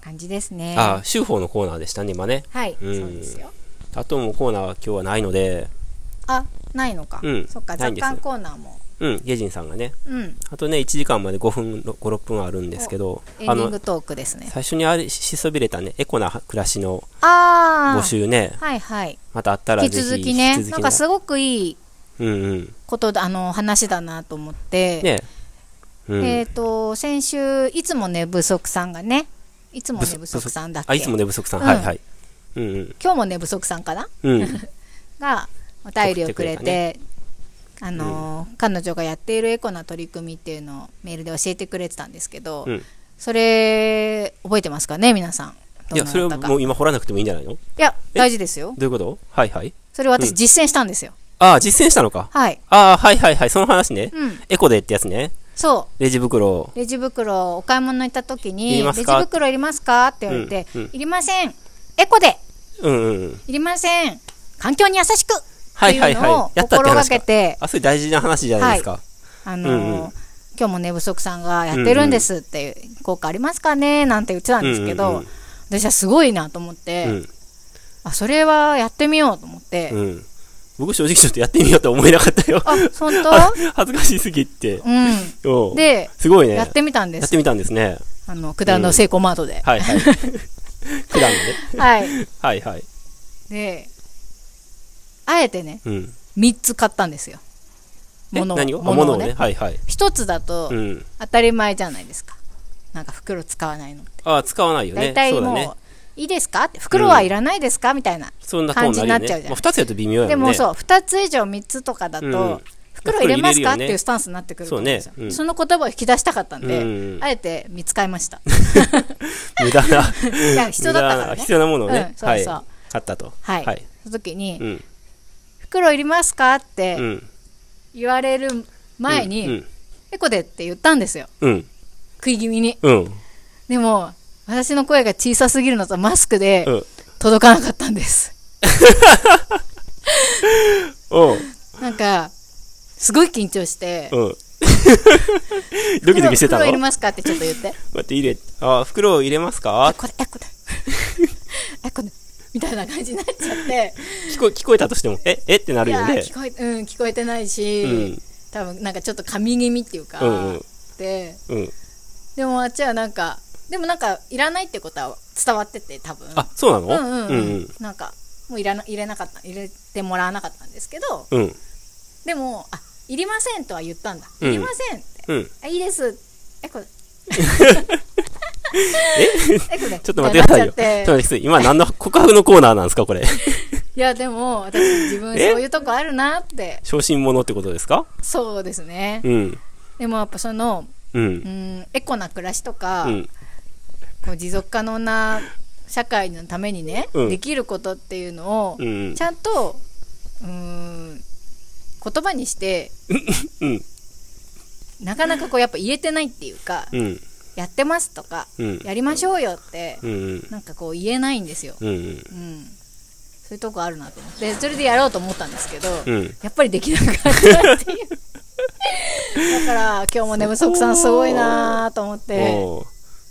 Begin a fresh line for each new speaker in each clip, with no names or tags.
感じですね。
あ、修法のコーナーでしたね、今ね。
はい、
うん
そうですよ。
アトムコーナーは今日はないので、
あ、ないのか。
うん
そっか、
な
雑
いんですよ
感コーナーも。
うん、ゲジンさんがね、
うん。
あとね、1時間まで5分、5、6分あるんですけど、
エンディ
あ
ン
の
グ、トークですね。
最初にあれししそびれたね、エコな暮らしの
ああ。
募集ね、
はいはい。
またあったらぜ
引
ひ
き続きね
引き続
な
き
ん
ね
かすごくいい
うんうん。
ことだあの話だなと思って、
ねうん、
えっ、と先週いつも寝不足さんがねいつも寝不足さんだっけ
あ、いつも寝不足さん、
うん
はいはい。うんうん。
今日も寝不足さんかな
うん。
がお便りをくれて
送ってくれ
あのー彼女がやっているエコな取り組みっていうのをメールで教えてくれてたんですけど、
うん
それ覚えてますかね皆さんど
い
んな
や、それ
の
は
だったか
もう今掘らなくてもいいんじゃないのど
いや大事ですよ
ういうことはいはい。
それ私
うん
実践したんですよ、
ああ、実践したのか。
はい
ああ、はいはいはい、その話ね。
うん
エコでってやつね。
そう
レジ袋。
レジ袋お買い物行った時
い
に
り
レ
ま
ジ
すか
袋いりますかって言われて、
うんうん
いりませんエコで
うんうん。
いりません環境に優しくっ
は
て
い
い
はい
の
う
を
はい。やったって
心が
話
け
か。
て
あ、それ大事な話じゃないですか。
あのー
うんうん
今日も寝不足さんがやってるんですっていう効果ありますかねなんて言ってたんですけど、
うんうんうん
私はすごいなと思って、
うん。
あそれはやってみようと思って、
うん。僕正直ちょっとやってみようと思えなかったよ。
あ本
あ
当
恥ずかしすぎて。
う
うん
んで、
すごいね。
やってみたんで
やっ
す
てみたんですね。
あの九段のセイコーマートで、
は いはい。普段のね。
はい
はいはい。
であえてね
うん。
3つ買ったんですよ
え
物を
何をあ
物を
物をね。
ね
はいはい。
1つだと
うん。
当たり前じゃないですかなんか袋使わないの
ああ、使わないよね。
大体
そうだ
もう
ね。
いいですかって袋はいらないですかみたいな
そんなトーンに
感
な
じになっ
る
ちゃ
よ
うじ
ね。
ゃん
まあ、二つやと微妙やもんね。
でもそう2つ以上3つとかだと、
うん
袋入れますか、
袋入れるよね
っていうスタンスになってくると思うんですよ
そ
そ,、
うねうん
の言葉を引き出したかったんで、
うん
あえて見つかりま した
無駄な。
いや必要だったから
無駄な
ね
必要なものをね。
うんそうそう
はい。買ったと。
はい、
はい。
その時に、
うん。
袋いりますか?」っ
う
て
ん。
言われる前に「
うん。
エコで」って言ったんですよ
うん。
食い気味に
うん。
でも私の声が小さすぎるのとマスクで
うん。
届かなかったんです、
うん。
なんかすごい緊張して
うん。ドキドキしてた
袋袋
の
いり
待
ますかってちょっと言って
って、入れ、あ、袋を入れます
あ
か
これえ これえこれみたいな感じになっちゃって
聞こ聞こえたとしても、え、えってなるよ
いや
ね
ー。聞こえうん聞こえてないし、
うん
多分なんかちょっと神気味っていうか、
うんうん
で
うん。
でもあっちはなんかでもなんかいらないってことは伝わってて多分
あ、そうなの
うんうん、う
うんんうん。
なんかもういらな入れなかった入れてもらわなかったんですけど
うん。
でもあいりませんとは言ったんだ、
うん
いりませんって、
うん。
あいいです えこれ えこれ
ちょっと待
みたにな
ってくださいよ。ちょっ
っちゃって
と待ってください。今何の 告白のコーナーなんですかこれ。
いやでも私自分
え
そういうとこあるなって
小心者ってことですか
そうですね
うん。
でもやっぱその
う。
うんんエコな暮らしとか、
うん。
こう持続可能な社会のためにね、
うん
できることっていうのを
うんうん
ち。ゃんとうん言葉にして
うん。
なかなかこうやっぱ言えてないっていうか、
うん。
やってますとか、
うん
やりましょうよって、
うんうん。
なんかこう言えないんですよ、
うんうん。
うん、そういうとこあるなと思ってそれでやろうと思ったんですけど、
うん。
やっぱりできなかったっていうだから今日も寝不足さんすごいなと思って
おー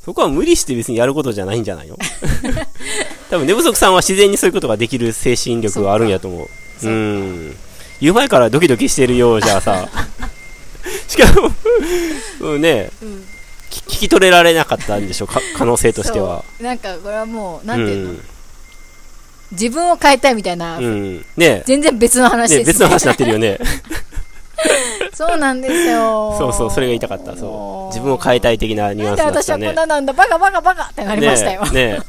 そこは無理して別にやることじゃないんじゃな いの多分寝不足さんは自然にそういうことができる精神力があるんやと思
そ
う
っか
うん言う前からドキドキしてるようじゃあさしかもうんね、
ん
き聞き取れられなかったんでしょうか可能性としては
そうなんかこれはもう
う
なんていうの、
ん
自分を変えたいみたいな、
うんね
全然別の話
ね
です、
別の話になってるよね
そうなんですよ
そうそうそれが言いたかったそう自分を変えたい的なニュ
なん
アンス
で
だっ
私
た
はこ
ね
んななんだバカバカバカってなりましたよ、
ねね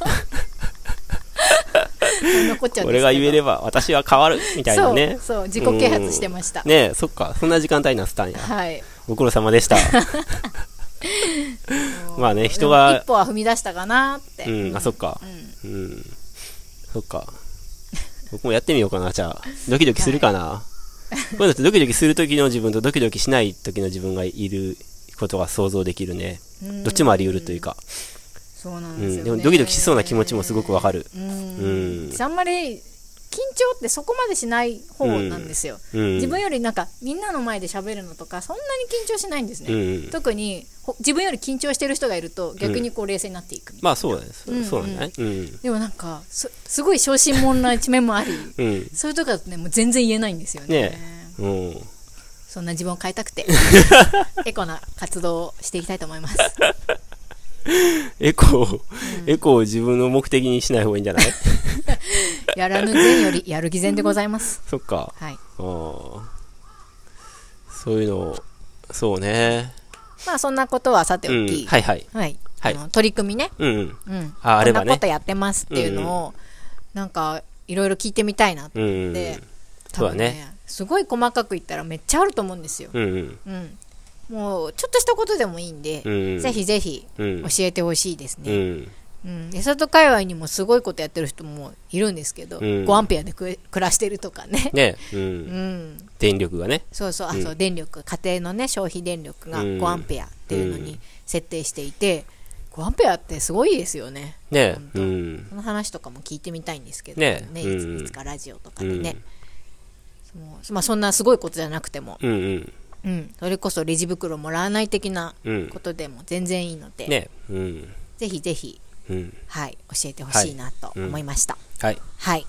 残っちゃうんですけど
俺が言えれば私は変わるみたいな
そ
ね
うそう自己啓発してました、
ねえそっかそんな時間帯になってたんや
はい
ご苦労様 でしたまあね人が
一歩は踏み出したかなって、
うんあそっか
うん
うんそっか僕もやってみようかなじゃあドキドキするかな、こういうのってドキドキする時の自分とドキドキしない時の自分がいることが想像できるね
うん
どっちもあり得るというか、
そうなん
う
ですよ、ね
ん、でもドキドキしそうな気持ちもすごくわかる
うん、
うん
私あんまり緊張ってそこまでしない方なんですよ、
うん
自分よりなんかみんなの前で喋るのとかそんなに緊張しないんです
うん
ね、
うん
特にほ自分より緊張してる人がいると逆にこう冷静になっていくみたい
まあそうだね。そ
うん
そうなんじゃないうん。
な、でもなんかそすごい小心者な一面もあり
うん。
そういうとこだとねもう全然言えないんですよね
ねえ。うん。
そんな自分を変えた くてエコな活動をしていきたいと思います
エコー、エコーを自分の目的にしない方がいい んじゃない
やらぬ善よりやる偽善でございます
そっか。
はい
あーそういうのを、そうね。
まあそんなことはさて
う
お
ん。
き、
はいはい。
はい
はい
あの取り組みね、
うんうん。
うん、
ああれば
こ
ね
んなことやってますっていうのを、なんかいろいろ聞いてみたいなって、
うんうんうん。そうだね
すごい細かく言ったらめっちゃあると思うんですよ、
うんうん。
うん、もうちょっとしたことでもいいんで、
うん
ぜひぜひ
うん
教。えてほしいです
う
ね、
ん。
うんで里界隈にもすごいことやってる人もいるんですけど、
うん
5アンペアでく暮らしてるとかね
ねう。
うんん
電力がね。
そうそうあそう、電力家庭のね消費電力が
うん
5アンペアっていうのに設定していて、5アンペアってすごいですよね
ね
本当
うん。
その話とかも聞いてみたいんですけど
ね
ね
う
いつ
ん
いつかラジオとかでね、そのまあ、そんなすごいことじゃなくても、
うんうん。
うん、それこそレジ袋もらわない的な
うん
ことでも全然いいので、
ねうん。
ぜひぜひ、
うん。
はい、教えてほしいなと思いました、
はい。
はい